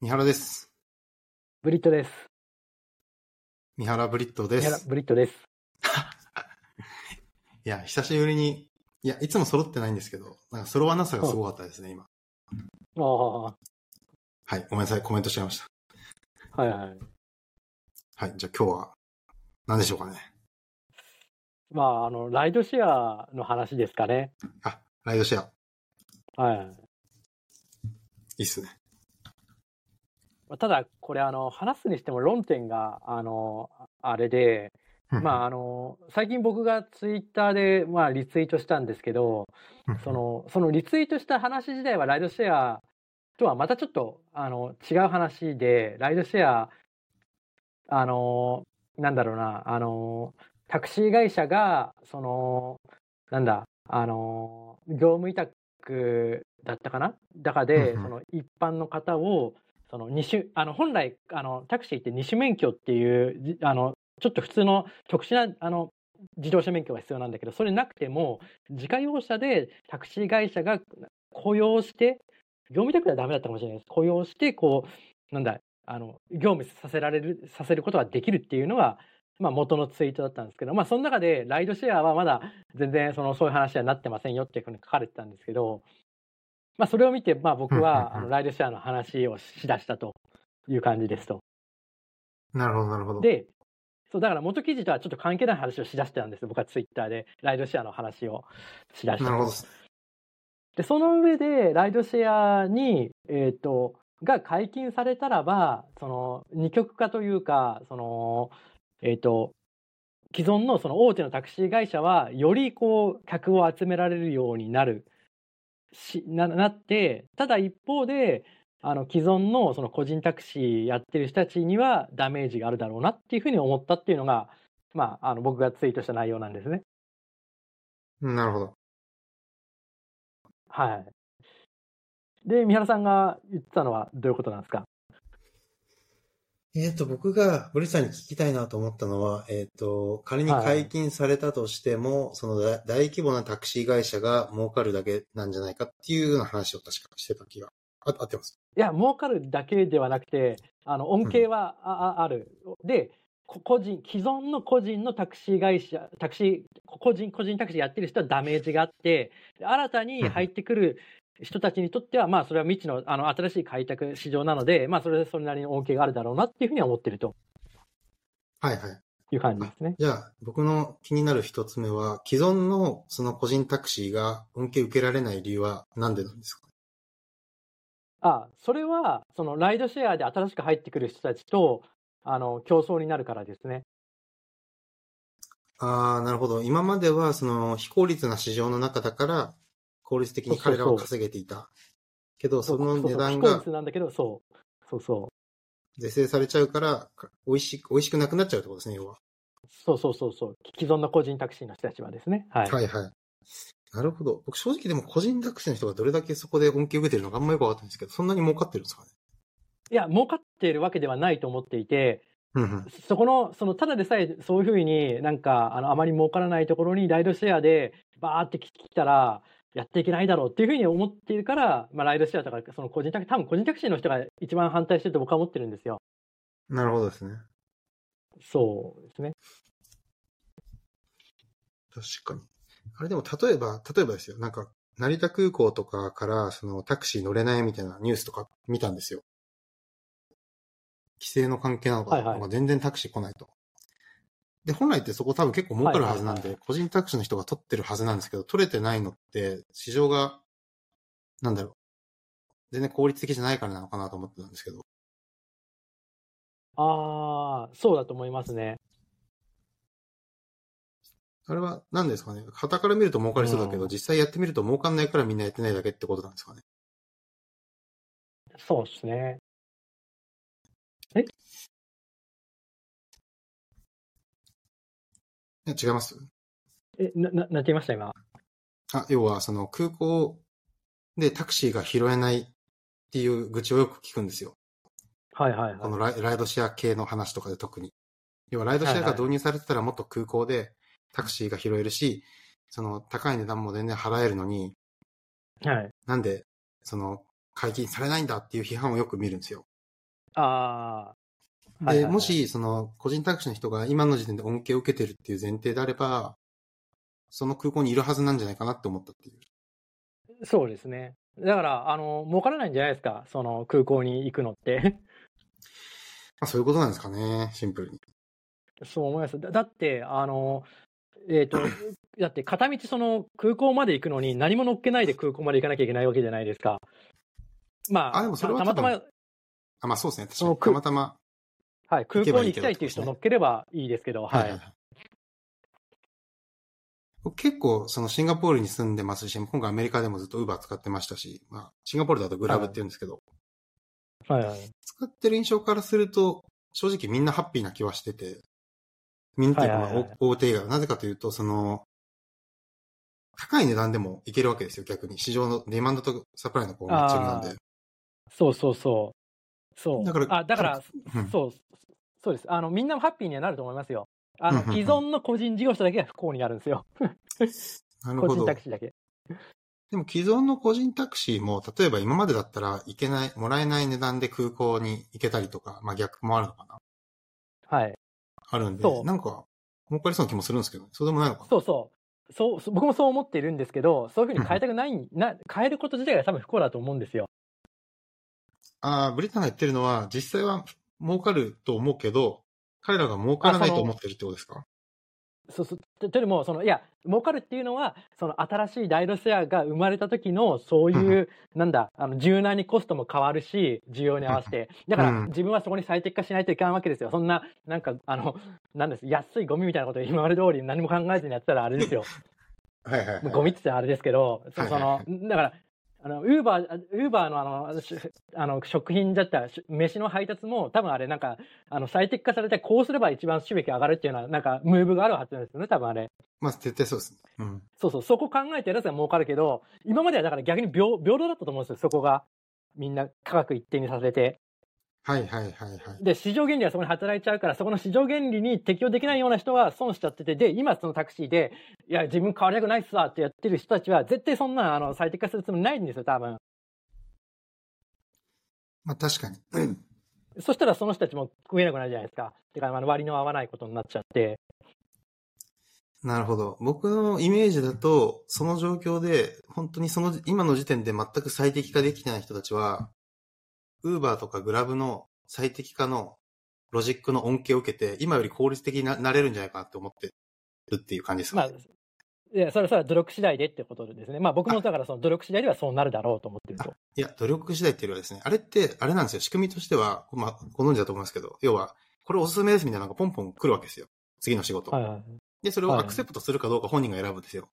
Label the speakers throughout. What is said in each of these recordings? Speaker 1: 三原です。
Speaker 2: ブリットです。
Speaker 1: 三原ブリットで
Speaker 2: 三原
Speaker 1: す。
Speaker 2: ブリットです。
Speaker 1: いや、久しぶりに、いや、いつも揃ってないんですけど、なんか揃わなさがすごかったですね、今。
Speaker 2: ああ、は
Speaker 1: はい、ごめんなさい、コメントしちゃいました。
Speaker 2: いはい。
Speaker 1: はい、じゃあ今日は、何でしょうかね。
Speaker 2: まあ、あの、ライドシェアの話ですかね。
Speaker 1: あ、ライドシェア、
Speaker 2: はい
Speaker 1: いっすね。
Speaker 2: い。ただ、これ、あの、話すにしても論点が、あの、あれで、まあ、あの、最近僕がツイッターで、まあ、リツイートしたんですけど、
Speaker 1: あ
Speaker 2: そ、の、そのリツイートした話自体はライドシェアとはまたちょっと、あの、違う話で、ライドシェア、あの、なんだろうな、あの、タクシー会社が、その、なんだ、あの、業務委託だったかなだからで、
Speaker 1: うんうん
Speaker 2: その一般の方を、その二種、あの、本来、あの、タクシーって二種免許っていう、じあの、ちょっと普通の特殊な、あの、自動車免許が必要なんだけど、それなくても、自家用車でタクシー会社が雇用して、業務委託ではダメだったかもしれないです。雇用して、こう、なんだ、あの、業務させられる、させることができるっていうのが、まあ元のツイートだったんですけど、まあその中でライドシェアはまだ全然そのそういう話にはなってませんよっていうふうに書かれてたんですけど、まあそれを見て、まあ僕
Speaker 1: うんうんうん
Speaker 2: はあのライドシェアの話をしだしたという感じですと。
Speaker 1: なるほど、なるほど。
Speaker 2: で、そうだから元記事とはちょっと関係ない話をしだしてたんですよ僕はツイッターでライドシェアの話をしだした
Speaker 1: なるほどっすね。
Speaker 2: で、その上で、ライドシェアに、えっ、と、が解禁されたらば、その、二極化というか、その、えっ、と、既存のその大手のタクシー会社は、よりこう、客を集められるようになる、し、な、なって、ただ一方で、あの、既存のその個人タクシーやってる人たちにはダメージがあるだろうなっていうふうに思ったっていうのが、まあ、あの、僕がツイートした内容なんですね。
Speaker 1: なるほど。
Speaker 2: はい。で、三原さんが言ってたのはどういうことなんですか
Speaker 1: えっ、と、僕がブリットさんに聞きたいなと思ったのは、えっ、と、仮に解禁されたとしても、その大大規模なタクシー会社が儲かるだけなんじゃないかっていうような話を確かしてた気が、あ合ってます。
Speaker 2: いや、儲かるだけではなくて、あの、恩恵はああある。で、こ個人、既存の個人のタクシー会社、タクシー、こ個人、個人タクシーやってる人はダメージがあって、で新たに入ってくる人たちにとっては、まあ、それは未知の、あの、新しい開拓市場なので、まあ、それでそれなりに恩恵があるだろうなっていうふうには思ってると
Speaker 1: はいはい。
Speaker 2: いう感じですね。
Speaker 1: じゃあ、僕の気になる一つ目は、既存のその個人タクシーが恩恵受けられない理由はなんでなんですか
Speaker 2: あ、それは、その、ライドシェアで新しく入ってくる人たちと、あの、競争になるからですね。
Speaker 1: ああ、なるほど。今までは、その、非効率な市場の中だから、効率的に彼らは稼げていた。けど、その値段
Speaker 2: そうそう非効
Speaker 1: が
Speaker 2: 率なんだけど、そう。そうそう。
Speaker 1: 是正されちゃうから、か美味しく、美味しくなくなっちゃうってことですね、要は。
Speaker 2: そうそうそうそう。既存の個人タクシーの人たちはですね。はい。
Speaker 1: はいはい。なるほど。僕正直でも個人タクシーの人がどれだけそこで恩恵受けてるのかあんまよくわかってないんですけど、そんなに儲かってるんですかね。
Speaker 2: いや、儲かっているわけではないと思っていて、
Speaker 1: うんうん。
Speaker 2: そこの、その、ただでさえそういうふうになんか、あの、あまり儲からないところにライドシェアでバーって来たら、やっていけないだろうっていうふうに思っているから、まあ、ライドシェアとか、その個人タクシー、多分個人タクシーの人が一番反対してると僕は思ってるんですよ。
Speaker 1: なるほどですね。
Speaker 2: そうですね。
Speaker 1: 確かに。あれでも、例えば、例えばですよ。なんか、成田空港とかから、その、タクシー乗れないみたいなニュースとか見たんですよ。規制の関係なのか、
Speaker 2: はいはい
Speaker 1: なんか全然タクシー来ないと。で、本来ってそこ多分結構儲かるはずなんで、
Speaker 2: はいはい
Speaker 1: 個人タクシーの人が取ってるはずなんですけど、取れてないのって、市場が、なんだろう。全然効率的じゃないからなのかなと思ってたんですけど。
Speaker 2: ああ、そうだと思いますね。
Speaker 1: あれは何ですかね旗から見ると儲かりそうだけど、
Speaker 2: うん
Speaker 1: 実際やってみると儲かんないからみんなやってないだけってことなんですかね。
Speaker 2: そうですね。
Speaker 1: いや違います
Speaker 2: え、な、な、なんて言いました今。
Speaker 1: あ、要は、その空港でタクシーが拾えないっていう愚痴をよく聞くんですよ。
Speaker 2: はいはいはい
Speaker 1: こ。のライライドシェア系の話とかで特に。要は、ライドシェアが導入されてたらもっと空港でタクシーが拾えるし、その高い値段も全然払えるのに、
Speaker 2: はい。
Speaker 1: なんで、その解禁されないんだっていう批判をよく見るんですよ。
Speaker 2: ああ。はいはい
Speaker 1: で、
Speaker 2: はい
Speaker 1: も、し、その、個人タクシーの人が今の時点で恩恵を受けてるっていう前提であれば、その空港にいるはずなんじゃないかなって思ったっていう。
Speaker 2: そうですね。だから、あの、儲からないんじゃないですか、その空港に行くのって。
Speaker 1: まあ、そういうことなんですかね、シンプルに。
Speaker 2: そう思います。だだって、あの、え っ、と、だって片道その空港まで行くのに何も乗っけないで空港まで行かなきゃいけないわけじゃないですか。まあ、
Speaker 1: あでもそれは
Speaker 2: たたまたま
Speaker 1: 多、あ、まあそうですね、確
Speaker 2: その
Speaker 1: かに。たまたま。
Speaker 2: はい、空
Speaker 1: けばい
Speaker 2: 港に
Speaker 1: いけ
Speaker 2: 行き
Speaker 1: ど
Speaker 2: たいっていう人乗っければいいですけど、はい。
Speaker 1: 僕結構、そのシンガポールに住んでますし、今回アメリカでもずっと Uber 使ってましたし、まあ、シンガポールだとグラブって言うんですけど、
Speaker 2: はいはい
Speaker 1: 使ってる印象からすると、正直みんなハッピーな気はしてて、みんなっていうのは
Speaker 2: はいはいはい
Speaker 1: お大手以外は、なぜかというと、その、高い値段でもいけるわけですよ、逆に。市場のデマンドとサプライのこう、マッチングなんで。
Speaker 2: そうそうそう。そう。
Speaker 1: だから
Speaker 2: あ、だから、
Speaker 1: うん
Speaker 2: そう、そうです。あの、みんなもハッピーにはなると思いますよ。あ
Speaker 1: う
Speaker 2: の
Speaker 1: んうんう、ん
Speaker 2: 既存の個人事業者だけが不幸になるんですよ。
Speaker 1: なる
Speaker 2: 個
Speaker 1: ほ
Speaker 2: 人
Speaker 1: ど。
Speaker 2: タクシーだけ。
Speaker 1: でも既存の個人タクシーも、例えば今までだったら行けない、もらえない値段で空港に行けたりとか、まあ逆もあるのかな。
Speaker 2: はい。
Speaker 1: あるんで
Speaker 2: そ、う
Speaker 1: なんか、儲かりそうな気もするんですけど、ね、そうでもないのかな。
Speaker 2: そうそう。そう、そう僕もそう思っているんですけど、そういうふうに変えたくない、な、変えること自体が多分不幸だと思うんですよ。
Speaker 1: ああ、ブリタンが言ってるのは、実際は儲かると思うけど、彼らが儲からない
Speaker 2: あそ
Speaker 1: と
Speaker 2: の
Speaker 1: 思ってるってことですか
Speaker 2: そうそう。とというよりも、その、いや、儲かるっていうのは、その新しいライドシェアが生まれた時の、そう
Speaker 1: うんう
Speaker 2: いう、なんだ、あの、柔軟にコストも変わるし、需要に合わせて。だから、
Speaker 1: うん
Speaker 2: 自分はそこに最適化しないといけないわけですよ。そんな、なんか、あの、なんです、安いゴミみたいなこと今まで通り何も考えずにやってたらあれですよ。
Speaker 1: はいはい、はい。
Speaker 2: ゴミって言ったらあれですけど、そ
Speaker 1: はい
Speaker 2: そ
Speaker 1: は
Speaker 2: の、だから、あの、ウーバー、ウーバーのあの、しあの、食品だったら、し飯の配達も、多分あれ、なんか、あの、最適化されて、こうすれば一番収益上がるっていうのは、なんか、ムーブがあるはずなんですよね、多分あれ。
Speaker 1: まあ絶対そうですね。うん。
Speaker 2: そうそう、そこ考えてるやつが儲かるけど、今まではだから逆に平平等だったと思うんですよ、そこが。みんな価格一定にさせて。
Speaker 1: はいはいはいはい。
Speaker 2: で、市場原理はそこに働いちゃうから、そこの市場原理に適用できないような人は損しちゃってて、で、今そのタクシーで、いや、自分変わりたくないっすわってやってる人たちは、絶対そんな、あの、最適化するつもりないんですよ、多分。
Speaker 1: まあ確かに。
Speaker 2: そしたらその人たちも食えなくなるじゃないですか。てか、あの割の合わないことになっちゃって。
Speaker 1: なるほど。僕のイメージだと、その状況で、本当にその、今の時点で全く最適化できてない人たちは、ウーバーとかグラブの最適化のロジックの恩恵を受けて、今より効率的にななれるんじゃないかなって思ってるっていう感じです
Speaker 2: ま
Speaker 1: か
Speaker 2: あ
Speaker 1: ね。、
Speaker 2: いや、それはそれは努力次第でってことですね。まあ僕もだからその努力次第ではそうなるだろうと思ってると。
Speaker 1: いや、努力次第っていうよりはですね、あれって、あれなんですよ。仕組みとしては、まあ、ご存知だと思いますけど、要は、これおすすめですみたいなのがポンポン来るわけですよ。次の仕事。
Speaker 2: はいはい
Speaker 1: で、それを
Speaker 2: はい
Speaker 1: アクセプトするかどうか本人が選ぶんですよ。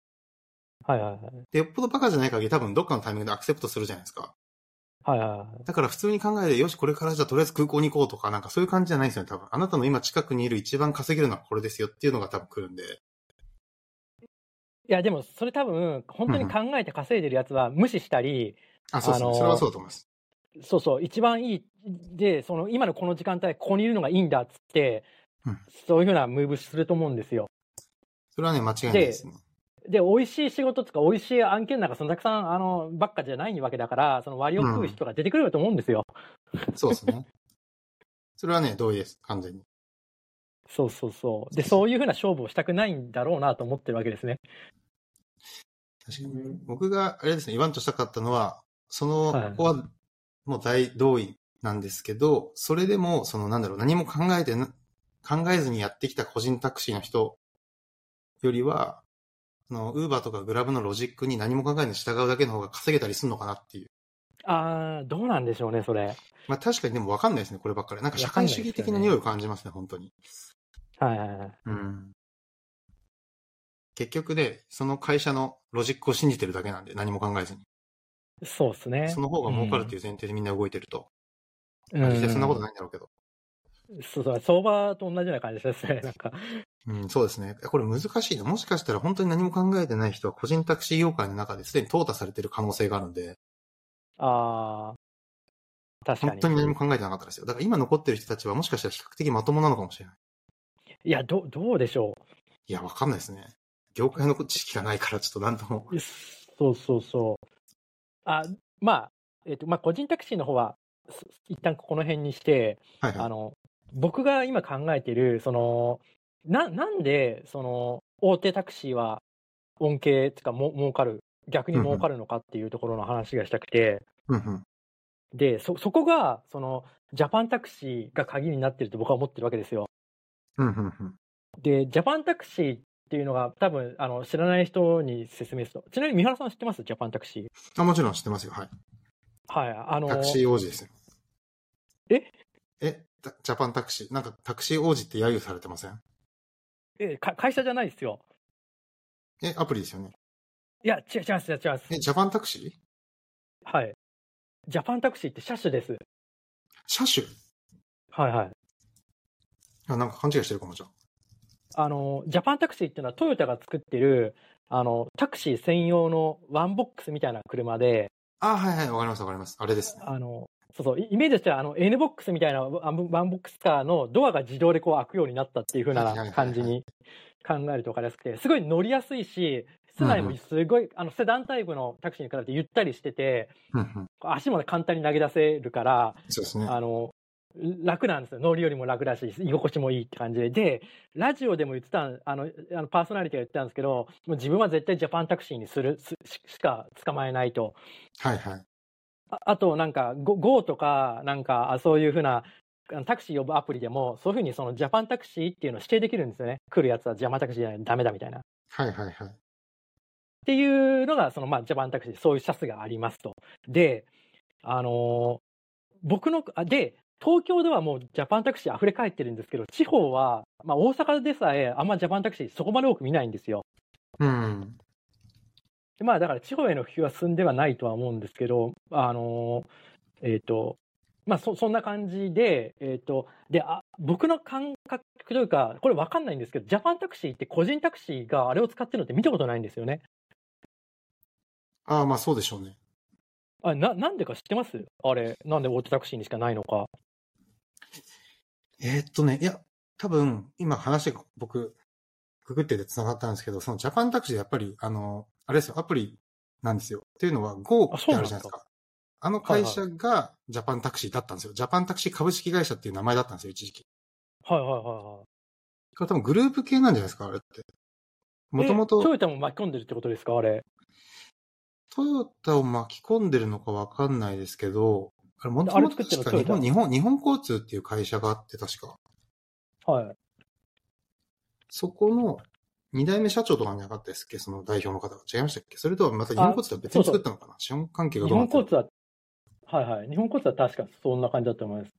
Speaker 2: はいはいはい。
Speaker 1: で、よっぽどバカじゃない限り多分どっかのタイミングでアクセプトするじゃないですか。
Speaker 2: はいはいはい。
Speaker 1: だから普通に考えて、よし、これからじゃあとりあえず空港に行こうとか、なんかそういう感じじゃないんですよね、多分。あなたの今近くにいる一番稼げるのはこれですよっていうのが多分来るんで。
Speaker 2: いや、でも、それ多分、本当に考えて稼いでるやつは無視したり、
Speaker 1: あ、そうですね。
Speaker 2: あのー
Speaker 1: それはそうだと思います。
Speaker 2: そうそう、一番いい、で、その、今のこの時間帯、ここにいるのがいいんだっつって
Speaker 1: うん、
Speaker 2: そういうふうなムーブすると思うんですよ。
Speaker 1: それはね、間違いないですね。
Speaker 2: で、美味しい仕事とか、美味しい案件なんか、そのたくさん、あの、ばっかじゃないわけだから、その割を食う人が出てくると思うんですよ。
Speaker 1: そうですね。それはね、同意です。完全に。
Speaker 2: そうそうそう。で、そういうふうな勝負をしたくないんだろうなと思ってるわけですね。
Speaker 1: 確かに。僕が、あれですね、言わんとしたかったのは、その、
Speaker 2: はい
Speaker 1: ここは、もう大同意なんですけど、それでも、その、なんだろう、何も考えてな、考えずにやってきた個人タクシーの人よりは、あの、ウーバーとかグラブのロジックに何も考えずに従うだけの方が稼げたりするのかなっていう。
Speaker 2: あー、どうなんでしょうね、それ。
Speaker 1: まあ確かにでも分かんないですね、こればっかり。なんか社会主義的な匂いを感じますね、本当に。
Speaker 2: はいはいはい。
Speaker 1: うん。結局で、その会社のロジックを信じてるだけなんで、何も考えずに。
Speaker 2: そうですね。
Speaker 1: その方が儲かるって
Speaker 2: い
Speaker 1: いう前提でみんな動いてると。
Speaker 2: うん、
Speaker 1: まあ実際そんなこと
Speaker 2: な
Speaker 1: な
Speaker 2: い。
Speaker 1: いんだろうけど。
Speaker 2: そうそう、相場と同じような感じですね、なんか。
Speaker 1: うん、そうですね。これ難しいな。もしかしたら本当に何も考えてない人は個人タクシー業界の中ですでに淘汰されてる可能性があるんで、
Speaker 2: ああ、確か
Speaker 1: 本
Speaker 2: に。
Speaker 1: 当に何も考えてなかったですよ。だから今残ってる人たちはもしかしたら比較的まともなのかもしれない。
Speaker 2: いや、どう、どうでしょ
Speaker 1: いや、わかんないですね。業界の知識がないからちょっとなんとも。
Speaker 2: う。そうそうそう。あ、まあ、えっ、と、まあ、個人タクシーの方は、す一旦ここの辺にして、
Speaker 1: はいは
Speaker 2: あ
Speaker 1: い。
Speaker 2: の、僕が今考えてる、その、な、なんで、その、大手タクシーは恩恵、つか、も、儲かる、逆に儲かるのかっていうところの話がしたくて、
Speaker 1: うんうん。
Speaker 2: で、そ、そこが、その、ジャパンタクシーが鍵になってると僕は思ってるわけですよ。
Speaker 1: うんうんうん。
Speaker 2: で、ジャパンタクシーっていうのが多分、あの、知らない人に説明すると。ちなみに三原さん知ってますジャパンタクシー。
Speaker 1: あ、もちろん知ってますよ。はい。
Speaker 2: はい。あの、
Speaker 1: タクシー王子ですよ。
Speaker 2: え
Speaker 1: えタジャパンタクシー。なんかタクシー王子って揶揄されてません
Speaker 2: えか会社じゃないですよ。
Speaker 1: え、アプリですよね。
Speaker 2: いや、違う違う違う違う。
Speaker 1: え、ジャパンタクシー
Speaker 2: はい。ジャパンタクシーって車種です。
Speaker 1: 車種
Speaker 2: はいはい。
Speaker 1: あ、なんか勘違いしてるかも、じゃあ
Speaker 2: あの、ジャパンタクシーっていうのはトヨタが作ってる、あの、タクシー専用のワンボックスみたいな車で、
Speaker 1: あ、はいはい、わかりますわかります。あれですね。
Speaker 2: あの、そうそう、イイメージとしては、あの、N ボックスみたいなワンワンボックスカーのドアが自動でこう開くようになったっていう風
Speaker 1: はいはいはい
Speaker 2: な
Speaker 1: はい
Speaker 2: 感じに考えると分かりやすくて、すごい乗りやすいし、室内もすごい、あの、セダンタイプのタクシーに比べてゆったりしてて、
Speaker 1: うんうん。
Speaker 2: 足もね簡単に投げ出せるから、
Speaker 1: そうですね。
Speaker 2: あの、楽なんですよ。乗りよりも楽だし、居心地もいいって感じで。で、ラジオでも言ってたん、あの、あのパーソナリティが言ってたんですけど、もう自分は絶対ジャパンタクシーにする、すししか捕まえないと。
Speaker 1: はいはい。
Speaker 2: ああと、なんか、ゴ Go とか、なんか、あそういうふうな、あのタクシー呼ぶアプリでも、そういうふうにそのジャパンタクシーっていうのを指定できるんですよね。来るやつはジャパンタクシーじゃないダメだみたいな。っ
Speaker 1: はいはいはい。
Speaker 2: ていうのが、その、まあ、ジャパンタクシー、そういう車種がありますと。で、あのー僕の、あで、東京ではもうジャパンタクシー溢れ返ってるんですけど、地方は、まあ、大阪でさえ、あんまジャパンタクシーそこまで多く見ないんですよ。
Speaker 1: うん。
Speaker 2: でまあだから地方への普及は進んではないとは思うんですけど、あのえっ、と、まあそそんな感じで、えっ、と、であ、僕の感覚というか、これわかんないんですけど、ジャパンタクシーって個人タクシーがあれを使ってるのって見たことないんですよね。
Speaker 1: ああ、まあそうでしょうね。
Speaker 2: あななんでか知ってますあれ、なんでオートタクシーにしかないのか。
Speaker 1: えーっとね、いや、多分、今話が僕、ググってて繋がったんですけど、そのジャパンタクシーやっぱり、あの、あれですよ、アプリなんですよ。っていうのは Go
Speaker 2: あ
Speaker 1: っ
Speaker 2: そ
Speaker 1: て
Speaker 2: う
Speaker 1: あ
Speaker 2: なん
Speaker 1: る
Speaker 2: で
Speaker 1: じ
Speaker 2: す
Speaker 1: ゃないで
Speaker 2: か
Speaker 1: すか。あの会社がジャパンタクシーだったんですよ。ジャパンタクシー株式会社っていう名前だったんですよ、一時期。
Speaker 2: はいはいはいはい。
Speaker 1: これ多分グループ系なんじゃないですか、あれって。もともと
Speaker 2: えトヨタも巻き込んでるってことですかあれ。
Speaker 1: トヨタを巻き込んでるのかわかんないですけど、あれ、もと
Speaker 2: あ
Speaker 1: も
Speaker 2: れ
Speaker 1: と
Speaker 2: 作ってる
Speaker 1: 確
Speaker 2: の
Speaker 1: か
Speaker 2: ト
Speaker 1: 日
Speaker 2: ヨタ
Speaker 1: 本、日本、日本交通っていう会社があって、確か。
Speaker 2: はい。
Speaker 1: そこの二代目社長とかになかったですっけその代表の方が。違いましたっけそれとはまた日本交通とは別に作ったのかな資本関係が
Speaker 2: 日
Speaker 1: どうな
Speaker 2: 本
Speaker 1: ってる
Speaker 2: 交通は、はいはい。日本交通は確かそんな感じだと思います。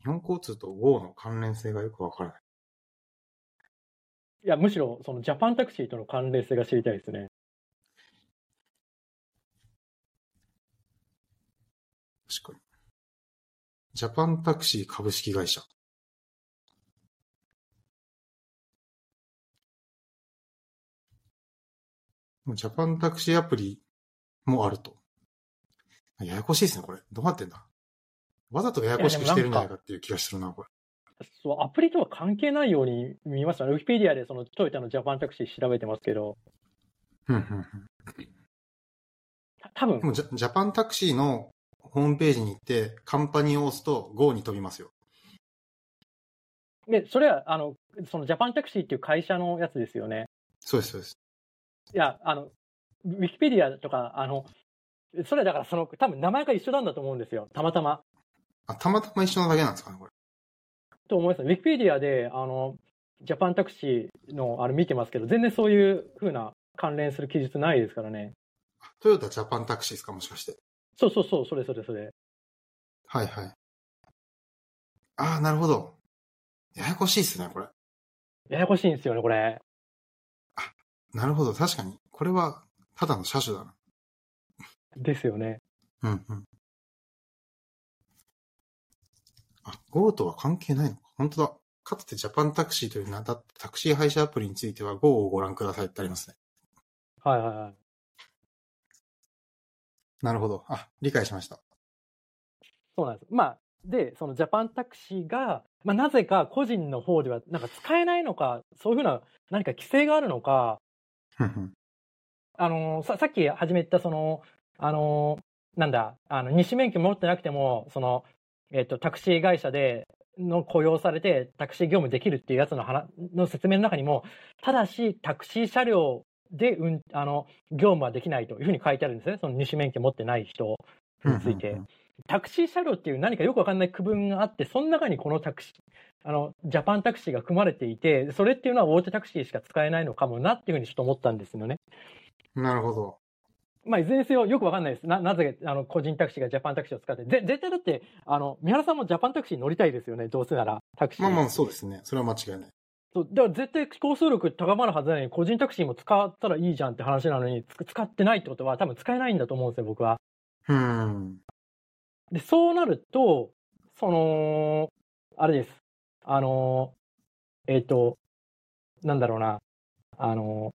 Speaker 1: 日本交通と GO の関連性がよくわからない。
Speaker 2: いや、むしろ、そのジャパンタクシーとの関連性が知りたいですね。
Speaker 1: 確かに。ジャパンタクシー株式会社。もうジャパンタクシーアプリもあると。ややこしいですね、これ。どうなってんだ。わざとややこしくしてるんじゃないかっていう気がするな、これ。
Speaker 2: そう、アプリとは関係ないように見ましたね。ウィキペディアでそのトヨタのジャパンタクシー調べてますけど、
Speaker 1: うんうんうん
Speaker 2: た多
Speaker 1: でも
Speaker 2: 分
Speaker 1: ジャジャパンタクシーのホームページに行って、カンパニーを押すと GO に飛びますよ。
Speaker 2: で、それは、あの、そのジャパンタクシーっていう会社のやつですよね。
Speaker 1: そうです、そうです。
Speaker 2: いや、あの、ウィキペディアとか、あの、それはだからその、多分名前が一緒なんだと思うんですよ。たまたま。
Speaker 1: あ、たまたま一緒なだけなんですかね、これ。
Speaker 2: と思います。ウィキペディアで、あの、ジャパンタクシーの、あれ見てますけど、全然そういうふうな関連する記述ないですからね。
Speaker 1: あトヨタジャパンタクシーですか、もしかして。
Speaker 2: そうそうそう、それそれそれ。
Speaker 1: はいはい。ああ、なるほど。ややこしいですね、これ。
Speaker 2: ややこしいんですよね、これ。
Speaker 1: なるほど、確かに。これは、ただの車種だな。
Speaker 2: ですよね。
Speaker 1: うんうん。あ、GO とは関係ないのか。本当だ。かつてジャパンタクシーという名だったタクシー配車アプリについては GO をご覧くださいってありますね。
Speaker 2: はいはいはい。
Speaker 1: なるほど。あ、理解しました。
Speaker 2: そうなんです。まあ、で、そのジャパンタクシーが、まあ、なぜか個人の方では、なんか使えないのか、そういうふうな、何か規制があるのか、
Speaker 1: うんうん
Speaker 2: あのーさ、さっき始めた、その、あのーなんだ、あの、二種免許持ってなくても、その、えっ、と、タクシー会社で、の雇用されて、タクシー業務できるっていうやつの話、の説明の中にも、ただし、タクシー車両で、うん、あの、業務はできないというふうに書いてあるんですね。その二種免許持ってない人につい
Speaker 1: う
Speaker 2: て。
Speaker 1: んうんうん
Speaker 2: タクシー車両っていう何かよくわかんない区分があって、その中にこのタクシー、あの、ジャパンタクシーが組まれていて、それっていうのは大手タクシーしか使えないのかもなっていうふうにちょっと思ったんですよね。
Speaker 1: なるほど。
Speaker 2: まあ、いずれにせよよくわかんないです。な、なぜ、あの、個人タクシーがジャパンタクシーを使って、ぜ、絶対だって、あの、三原さんもジャパンタクシーに乗りたいですよね、どうせなら、タクシー。
Speaker 1: まあまあ、そうですね。それは間違いない。
Speaker 2: そうだから絶対競争力高まるはずなのに、個人タクシーも使ったらいいじゃんって話なのに、つ使ってないってことは多分使えないんだと思うんですよ、僕は。
Speaker 1: うん。
Speaker 2: で、そうなると、その、あれです。あの、えっ、と、なんだろうな。あの、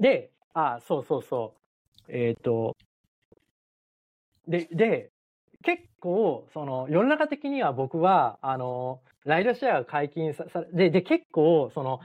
Speaker 2: で、あ、そうそうそう。えっ、と、で、で、結構、その、世の中的には僕は、あの、ライドシェアが解禁さ、さで、で、結構、その、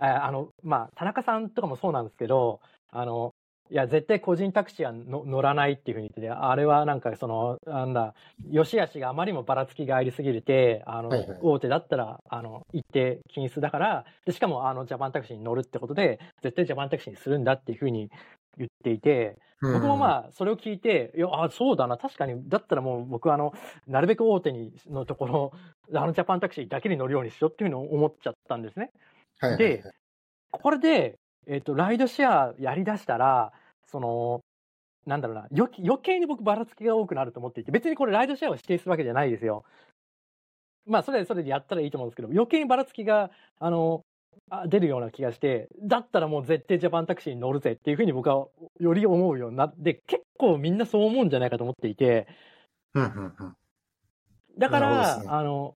Speaker 2: ああの、まあ、田中さんとかもそうなんですけど、あの、いや、絶対個人タクシーはの乗らないっていうふうに言ってて、あれはなんかその、なんだ、よしあしがあまりにもばらつきがありすぎて、あの、
Speaker 1: はいはい
Speaker 2: 大手だったら、あの、一定禁止だから、で、しかも、あの、ジャパンタクシーに乗るってことで、絶対ジャパンタクシーにするんだっていうふうに言っていて、僕も
Speaker 1: あ、
Speaker 2: まあ、それを聞いて、いや、あ、そうだな、確かに、だったらもう僕はあの、なるべく大手に、のところ、あのジャパンタクシーだけに乗るようにしようっていうのを思っちゃったんですね。
Speaker 1: はいはいはい
Speaker 2: で、これで、えっとライドシェアやりだしたらそのなんだろうなよ余計に僕ばらつきが多くなると思っていて別にこれライドシェアを否定するわけじゃないですよ。まあそれはそれでやったらいいと思うんですけど余計にばらつきがあのあ出るような気がしてだったらもう絶対ジャパンタクシーに乗るぜっていうふうに僕はより思うようになって結構みんなそう思うんじゃないかと思っていて。
Speaker 1: うんうんうん。
Speaker 2: だか
Speaker 1: なるほ
Speaker 2: ら、
Speaker 1: どですね
Speaker 2: あの、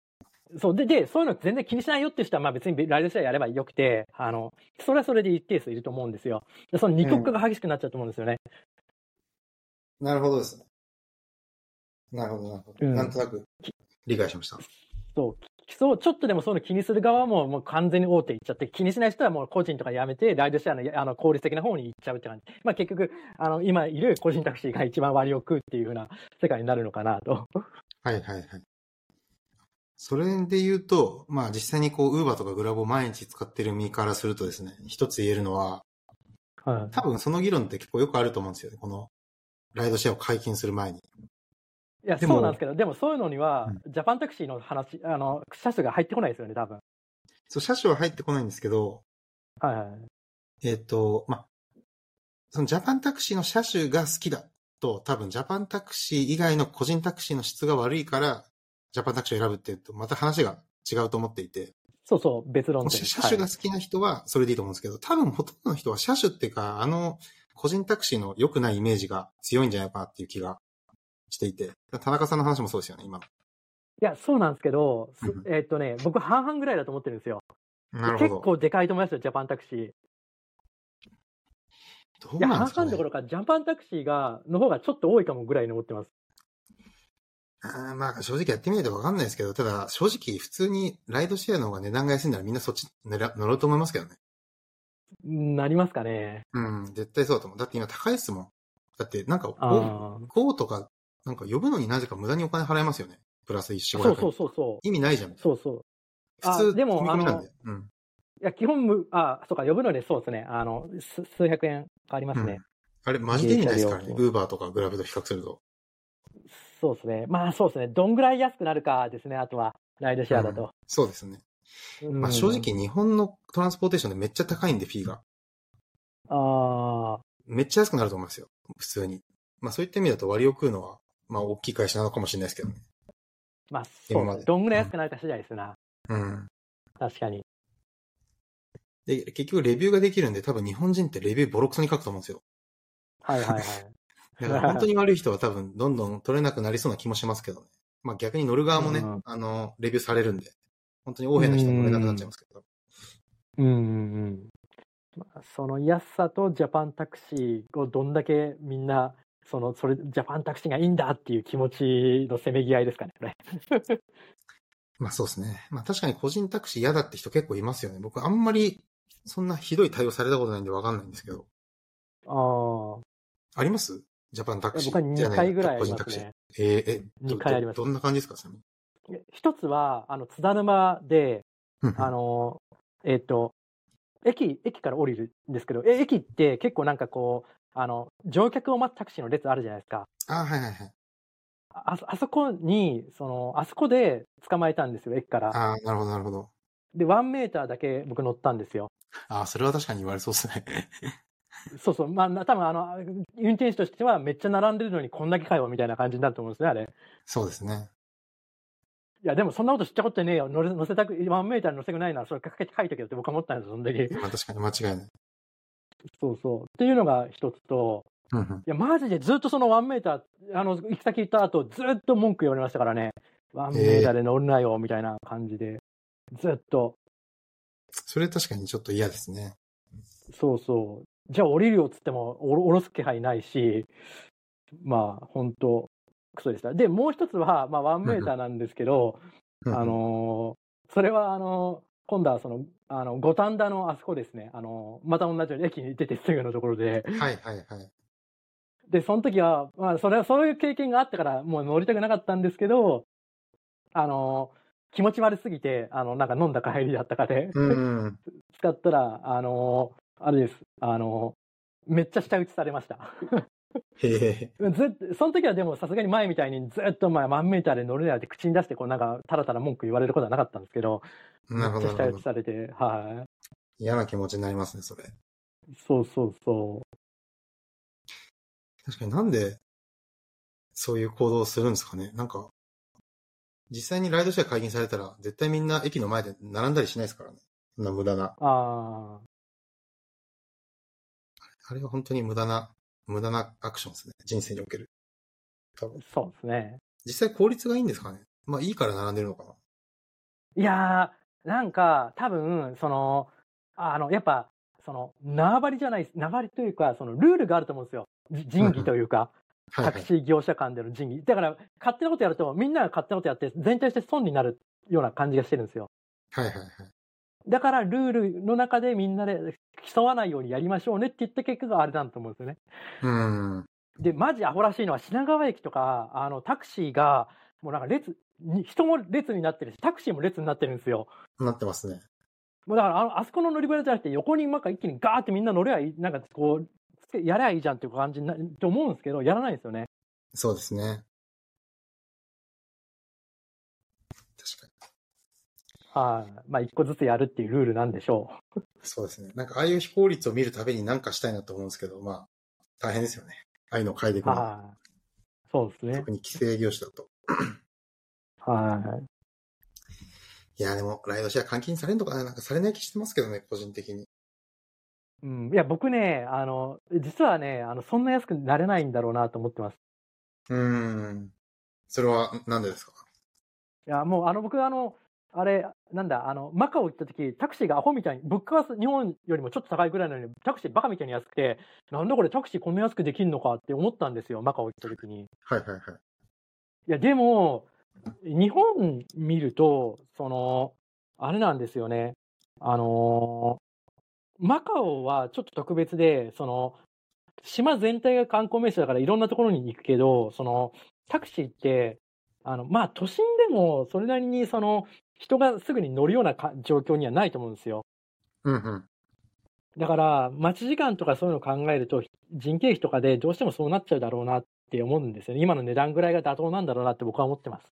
Speaker 2: そう、で、で、そういうの全然気にしないよっていう人は、まあ別にライドシェアやればよくて、あの、それはそれで一定数いると思うんですよ。でその二極化が激しくなっちゃうと思うんですよね。
Speaker 1: なるほどですね。なるほど、なるほど。
Speaker 2: うん
Speaker 1: なんとなく理解しました。
Speaker 2: そう、きそう、ちょっとでもそういうの気にする側ももう完全に大手行っちゃって、気にしない人はもう個人とかやめて、ライドシェアのやあの効率的な方に行っちゃうって感じ。まあ結局、あの、今いる個人タクシーが一番割を食うっていうふうな世界になるのかなと。
Speaker 1: はいはいはい。それで言うと、まあ実際にこう、ウーバーとかグラボを毎日使ってる身からするとですね、一つ言えるのは、
Speaker 2: うん。
Speaker 1: 多分その議論って結構よくあると思うんですよね。この、ライドシェアを解禁する前に。
Speaker 2: いや、
Speaker 1: でも
Speaker 2: そうなんですけど、でもそういうのには、ジャパンタクシーの話、あの、車種が入ってこないですよね、多分。
Speaker 1: そう、車種は入ってこないんですけど、
Speaker 2: はいはいはい。
Speaker 1: えっ、と、まあ、そのジャパンタクシーの車種が好きだと、多分ジャパンタクシー以外の個人タクシーの質が悪いから、ジャパンタクシーを選ぶっていうと、また話が違うと思っていて、
Speaker 2: そうそう、別論点。
Speaker 1: 車種が
Speaker 2: はい
Speaker 1: 好きな人はそれでいいと思うんですけど、多分ほとんどの人は車種っていうか、あの、個人タクシーの良くないイメージが強いんじゃないかなっていう気がしていて、田中さんの話もそうですよね、今
Speaker 2: いや、そうなんですけど、す
Speaker 1: うん
Speaker 2: えっとね、僕半々ぐらいだと思ってるんですよ。
Speaker 1: の。なる
Speaker 2: 結
Speaker 1: ほど。
Speaker 2: 構でかいと思いますよ、ジャパンタクシー。い
Speaker 1: どう
Speaker 2: や、
Speaker 1: なん
Speaker 2: 半
Speaker 1: ですか
Speaker 2: 々
Speaker 1: ね
Speaker 2: どころか、ジャパンタクシーが、の方がちょっと多いかもぐらいに思ってます。
Speaker 1: あーまあ正直やってみないとわかんないですけど、ただ正直普通にライドシェアの方が値段が安いならみんなそっち乗ら乗ろうと思いますけどね。
Speaker 2: なりますかね。
Speaker 1: うん、絶対そうだと思う。だって今高いですもん。だってなんか、こ
Speaker 2: あ
Speaker 1: うこうとか、なんか呼ぶのになぜか無駄にお金払いますよね。プラス一週
Speaker 2: あ。そうそうそうそう。
Speaker 1: 意味ないじゃん。普
Speaker 2: そうそう。あ
Speaker 1: 通、
Speaker 2: でも
Speaker 1: 積み込みなんで。うん。
Speaker 2: いや、基本無、あ、そうか、呼ぶので、そうですね。あの、す数百円変わりますね。
Speaker 1: あれ、マジで意味ないですからね。
Speaker 2: 自転車
Speaker 1: ウーバーとかグラブと比較すると。
Speaker 2: そうですね。まあ、そうですね。どんぐらい安くなるかですね、あとは、ライドシェアだと。
Speaker 1: そうですね。
Speaker 2: うん
Speaker 1: まあ正。直日本のトランスポーテーションでめっちゃ高いんで、フィーが。
Speaker 2: ああ。
Speaker 1: めっちゃ安くなると思いますよ。普通に。まあそういった意味だと割を食うのは、まあ大きい会社なのかもしれないですけどね。
Speaker 2: まあ、そ
Speaker 1: 今
Speaker 2: う
Speaker 1: ま
Speaker 2: です
Speaker 1: で
Speaker 2: ね。どんぐらい安くなるか次第ですな。
Speaker 1: うん。
Speaker 2: 確かに。
Speaker 1: で、結局レビューができるんで、多分日本人ってレビューボロクソに書くと思うんですよ。
Speaker 2: はいはいはい。
Speaker 1: だから本当に 悪い人は多分どんどん取れなくなりそうな気もしますけどね。まあ逆に乗る側もね、
Speaker 2: うん
Speaker 1: あの、レビューされるんで、本当に横柄な人は乗れなくなっちゃいますけど。
Speaker 2: うんうんうんまあその安さとジャパンタクシーをどんだけみんな、その、それ、ジャパンタクシーがいいんだっていう気持ちのせめぎ合いですかね、こ れ。
Speaker 1: まあそうですね。まあ確かに個人タクシー嫌だって人結構いますよね。僕あんまりそんなひどい対応されたことないんでわかんないんですけど。
Speaker 2: ああ。
Speaker 1: ありますジャパンタクシ
Speaker 2: 僕は
Speaker 1: ーじゃ
Speaker 2: 2
Speaker 1: ない
Speaker 2: 回ぐらいあ
Speaker 1: 個
Speaker 2: り
Speaker 1: 人
Speaker 2: ま
Speaker 1: タク
Speaker 2: す
Speaker 1: シー。
Speaker 2: ね。
Speaker 1: えーえど
Speaker 2: 二回あります
Speaker 1: どどんな感じですかちなみに
Speaker 2: え一つは、あの、津田沼で、
Speaker 1: うんうん
Speaker 2: あの、えっ、と、駅、駅から降りるんですけど、え駅って結構なんかこう、あの、乗客を待つタクシーの列あるじゃないですか。
Speaker 1: あ、はいはいはい。
Speaker 2: ああそこに、その、あそこで捕まえたんですよ、駅から。
Speaker 1: ああ、なるほどなるほど。
Speaker 2: で、1メーターだけ僕乗ったんですよ。
Speaker 1: ああ、それは確かに言われそうですね。
Speaker 2: そうそう、まあ、多分あの、運転手としてはめっちゃ並んでるのにこんだけかよ、みたいな感じになると思うんですね、あれ。
Speaker 1: そうですね。
Speaker 2: いや、でもそんなこと知ったことねえよ。乗れ乗せたく、1メーターに乗せたくないなら、それかけて書いとけよって僕は思ったんですよ、その時。
Speaker 1: まあ確かに間違いない。
Speaker 2: そうそう。っていうのが一つと、
Speaker 1: うんうん
Speaker 2: いや、マジでずっとその1メーター、あの、行き先行った後、ずっと文句言われましたからね。1メーターで乗るなよ、みたいな感じで。ずっと。
Speaker 1: それ確かにちょっと嫌ですね。
Speaker 2: そうそう。じゃあ降りるよっつっても、おろ降ろす気配ないし、まあ、本当クソでした。で、もう一つは、まあ、1メーターなんですけど、
Speaker 1: うんうん
Speaker 2: あ、のーそれは、あのー今度はその、あの、五反田のあそこですね。あのーまた同じように駅に出てすぐのところで。
Speaker 1: はいはいはい。
Speaker 2: で、その時は、まあ、それは、そういう経験があったから、もう乗りたくなかったんですけど、あのー気持ち悪すぎて、あの、なんか飲んだ帰りだったかで、
Speaker 1: うん。
Speaker 2: 使ったら、あのーあれです。あのーめっちゃ舌打ちされました。
Speaker 1: へえ。
Speaker 2: ずっその時はでもさすがに前みたいにずっと前、万メーターで乗るなよって口に出して、こうなんか、たらたら文句言われることはなかったんですけど、
Speaker 1: なるほ
Speaker 2: め
Speaker 1: ど
Speaker 2: っち
Speaker 1: な
Speaker 2: ゃ
Speaker 1: る
Speaker 2: 舌打
Speaker 1: ほ
Speaker 2: ち
Speaker 1: ど。
Speaker 2: されて、は
Speaker 1: 嫌な気持ちになりますね、それ。
Speaker 2: い。そうそうそ
Speaker 1: 確かになんで、そういう行動をするんですかね。なんか、実際にライドシェア解禁されたら、絶対みんな駅の前で並んだりしないですからね。そんな無駄な。
Speaker 2: う。ああ、
Speaker 1: あれは本当に無駄な、無駄なアクションですね。人生における。多分。
Speaker 2: そうですね。
Speaker 1: 実際効率がいいんですかね。まあいいから並んでるのかな。
Speaker 2: いやー、なんか、多分、その、あの、やっぱ、その、縄張りじゃない、縄張りというか、その、ルールがあると思うんですよ。じ仁義というか、
Speaker 1: はい、
Speaker 2: タ
Speaker 1: は
Speaker 2: ク
Speaker 1: い。
Speaker 2: シー業者間での仁義。だから、勝手なことやると、みんなが勝手なことやって、全体として損になるような感じがしてるんですよ。
Speaker 1: はいはいはい。
Speaker 2: だから、ルールの中でみんなで競わないようにやりましょうねって言った結果があれだと思うんですよね。
Speaker 1: うん。
Speaker 2: で、マジアホらしいのは品川駅とか、あの、タクシーが、もうなんか列に、人も列になってるし、タクシーも列になってるんですよ。
Speaker 1: なってますね。
Speaker 2: もうだからあの、あそこの乗り場じゃなくて、横になんか一気にガーってみんな乗ればいい、なんかこう、つけやればいいじゃんっていう感じになると思うんですけど、やらないんですよね。
Speaker 1: そうですね。確かに。
Speaker 2: はい。まあ、一個ずつやるっていうルールなんでしょ。
Speaker 1: そうですね。なんかああいう非効率を見るたびに何かしたいなと思うんですけど、まあ、大変ですよね。ああいうのを変えていうくのは。
Speaker 2: はい。そうですね
Speaker 1: 特。に規制業種だと。
Speaker 2: はい。
Speaker 1: いや、でも、ライドシェア換金されんのかななんかされない気してますけどね、個人的に。
Speaker 2: うん、いや、僕ね、あの、実はね、あの、そんな安くなれないんだろうなと思ってます。
Speaker 1: うーん。それは、なんでですか
Speaker 2: いや、もう、あの、僕、あの、あれ、なんだ、あの、マカオ行った時、タクシーがアホみたいに、物価は日本よりもちょっと高いぐらいなのに、タクシーバカみたいに安くて、なんだこれ、タクシーこんな安くできんのかって思ったんですよ、マカオ行った時に。い
Speaker 1: はいはいはい。
Speaker 2: や、でも、日本見ると、その、あれなんですよね。あのーマカオはちょっと特別で、その、島全体が観光名所だからいろんなところに行くけど、その、タクシーって、あの、まあ、都心でもそれなりに、その、人がすぐに乗るようなか状況にはないと思うんですよ。
Speaker 1: うんうん。
Speaker 2: だから、待ち時間とかそういうのを考えると、人件費とかでどうしてもそうなっちゃうだろうなって思うんですよね。今の値段ぐらいが妥当なんだろうなって僕は思ってます。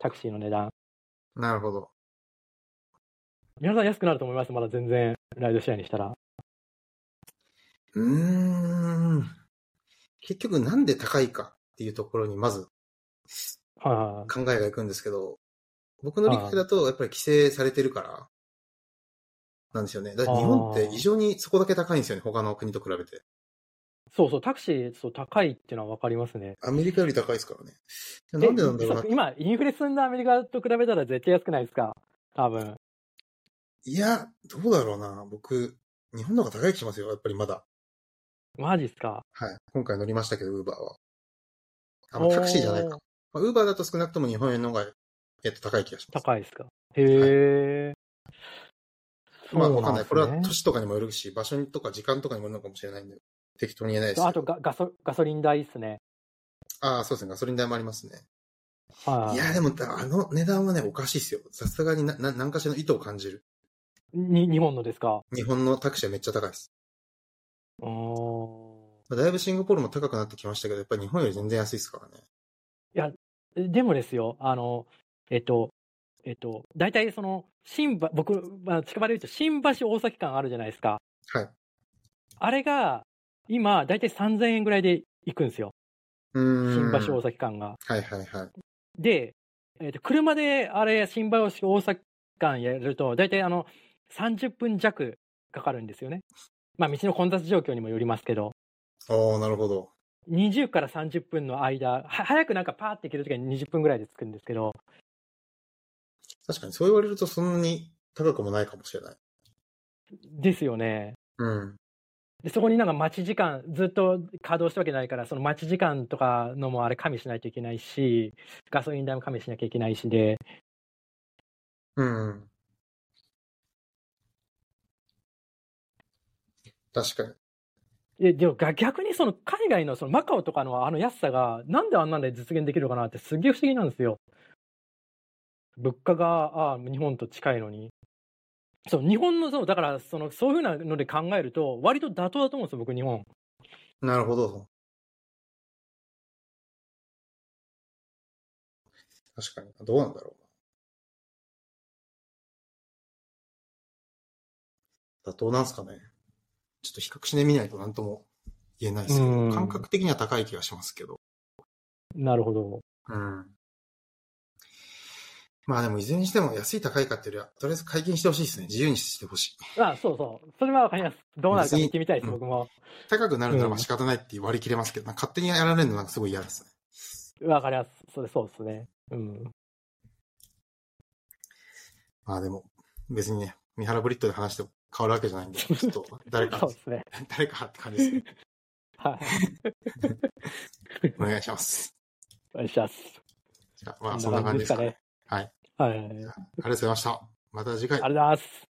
Speaker 2: タクシーの値段。
Speaker 1: なるほど。
Speaker 2: 皆さん安くなると思います。まだ全然、ライドシェアにしたら。
Speaker 1: うーん。結局、なんで高いかっていうところに、まず
Speaker 2: は
Speaker 1: 考えがいくんですけど、僕の理解だと、やっぱり規制されてるから、なんですよね。だって日本って異常にそこだけ高いんですよね、他の国と比べて。
Speaker 2: い。そうそう、タクシー、そう、高いっていうのはわかりますね。
Speaker 1: アメリカより高いですからね。なんでなんだろうな
Speaker 2: えそう今、インフレ進んだアメリカと比べたら絶対安くないですか多分。
Speaker 1: いや、どうだろうな。僕、日本の方が高い気しますよ。やっぱりまだ。
Speaker 2: マジっすか
Speaker 1: はい。今回乗りましたけど、ウーバーは。あ、まあ、タクシーじゃないか。まあ、ウーバーだと少なくとも日本円の方が、えっと、高い気がします。
Speaker 2: 高いですかへえ。
Speaker 1: まあ、わかんない。これ
Speaker 2: そう
Speaker 1: は
Speaker 2: んですね
Speaker 1: 都市とかにもよるし、場所とか時間とかにもよるのかもしれないんで、適当に言えないですけど。
Speaker 2: あとガガソガソリン代ですね。
Speaker 1: ああ、そうですね。ガソリン代もありますね。
Speaker 2: はい
Speaker 1: や、でも、あの値段はね、おかしいですよ。さすがにな、な、何かしらの意図を感じる。
Speaker 2: い。に日本のですか。
Speaker 1: 日本のタクシーはめっちゃ高いです。
Speaker 2: うーん
Speaker 1: まあだいぶシンガポールも高くなってきましたけど、やっぱり日本より全然安いですからね。
Speaker 2: でもですよ、あの、えっと、えっと、大体その、新橋、僕、まあ、近場で言うと、新橋大崎間あるじゃないですか。
Speaker 1: はい。
Speaker 2: あれが、今、大体3000円ぐらいで行くんですよ。
Speaker 1: うー
Speaker 2: 新
Speaker 1: ん。
Speaker 2: 橋大崎間が。
Speaker 1: はいはいはい。
Speaker 2: で、えっと、車で、あれ、新橋大崎間やると、大体あの、30分弱かかるんですよね。まあ、道の混雑状況にもよりますけど、
Speaker 1: おー、なるほど。
Speaker 2: 20から30分の間、は早くなんかパーって行けるときに20分ぐらいで着くんですけど、
Speaker 1: 確かに、そう言われるとそんなに高くもないかもしれない。
Speaker 2: ですよね。
Speaker 1: うん。
Speaker 2: で、そこになんか待ち時間、ずっと稼働したわけじゃないから、その待ち時間とかのもあれ加味しないといけないし、ガソリン代も加味しなきゃいけないしで、
Speaker 1: うん。確かに。
Speaker 2: で、でもが逆にその海外のそのマカオとかのあの安さが、なんであんなんで実現できるのかなってすげえ不思議なんですよ。物価が、ああ、日本と近いのに。そう、日本の、そう、だから、その、そういうふうなので考えると、割と妥当だと思うんですよ、僕、日本。
Speaker 1: なるほど。確かに。どうなんだろうな。妥当なんすかね。ちょっと比較してみないと何とも言えないですけ
Speaker 2: う
Speaker 1: ど、
Speaker 2: ん
Speaker 1: 感覚的には高い気がしますけど。
Speaker 2: なるほど。
Speaker 1: うん。まあでも、いずれにしても安い高いかっていうよりは、とりあえず解禁してほしいですね。自由にしてほしい。
Speaker 2: ああそうそう。それはわかります。どうなるか
Speaker 1: 別に
Speaker 2: 見てみたいです、
Speaker 1: うん
Speaker 2: 僕も。
Speaker 1: 高くなるならまあ仕方ないって割り切れますけど、なんか勝手にやられるのなんかすごい嫌ですね。
Speaker 2: わかります。それ、そうですね。うん。
Speaker 1: まあでも、別にね、三原ブリットで話しても変わるわけじゃ ないんで、ちょっと誰
Speaker 2: そ
Speaker 1: か
Speaker 2: う、ですね。
Speaker 1: 誰かって感じですね。
Speaker 2: はい。
Speaker 1: お願いします。
Speaker 2: お願いします。
Speaker 1: じゃあまあそんな感じですかね。
Speaker 2: はい。はい。あり
Speaker 1: ありがとうございました。また次回
Speaker 2: がとうございます。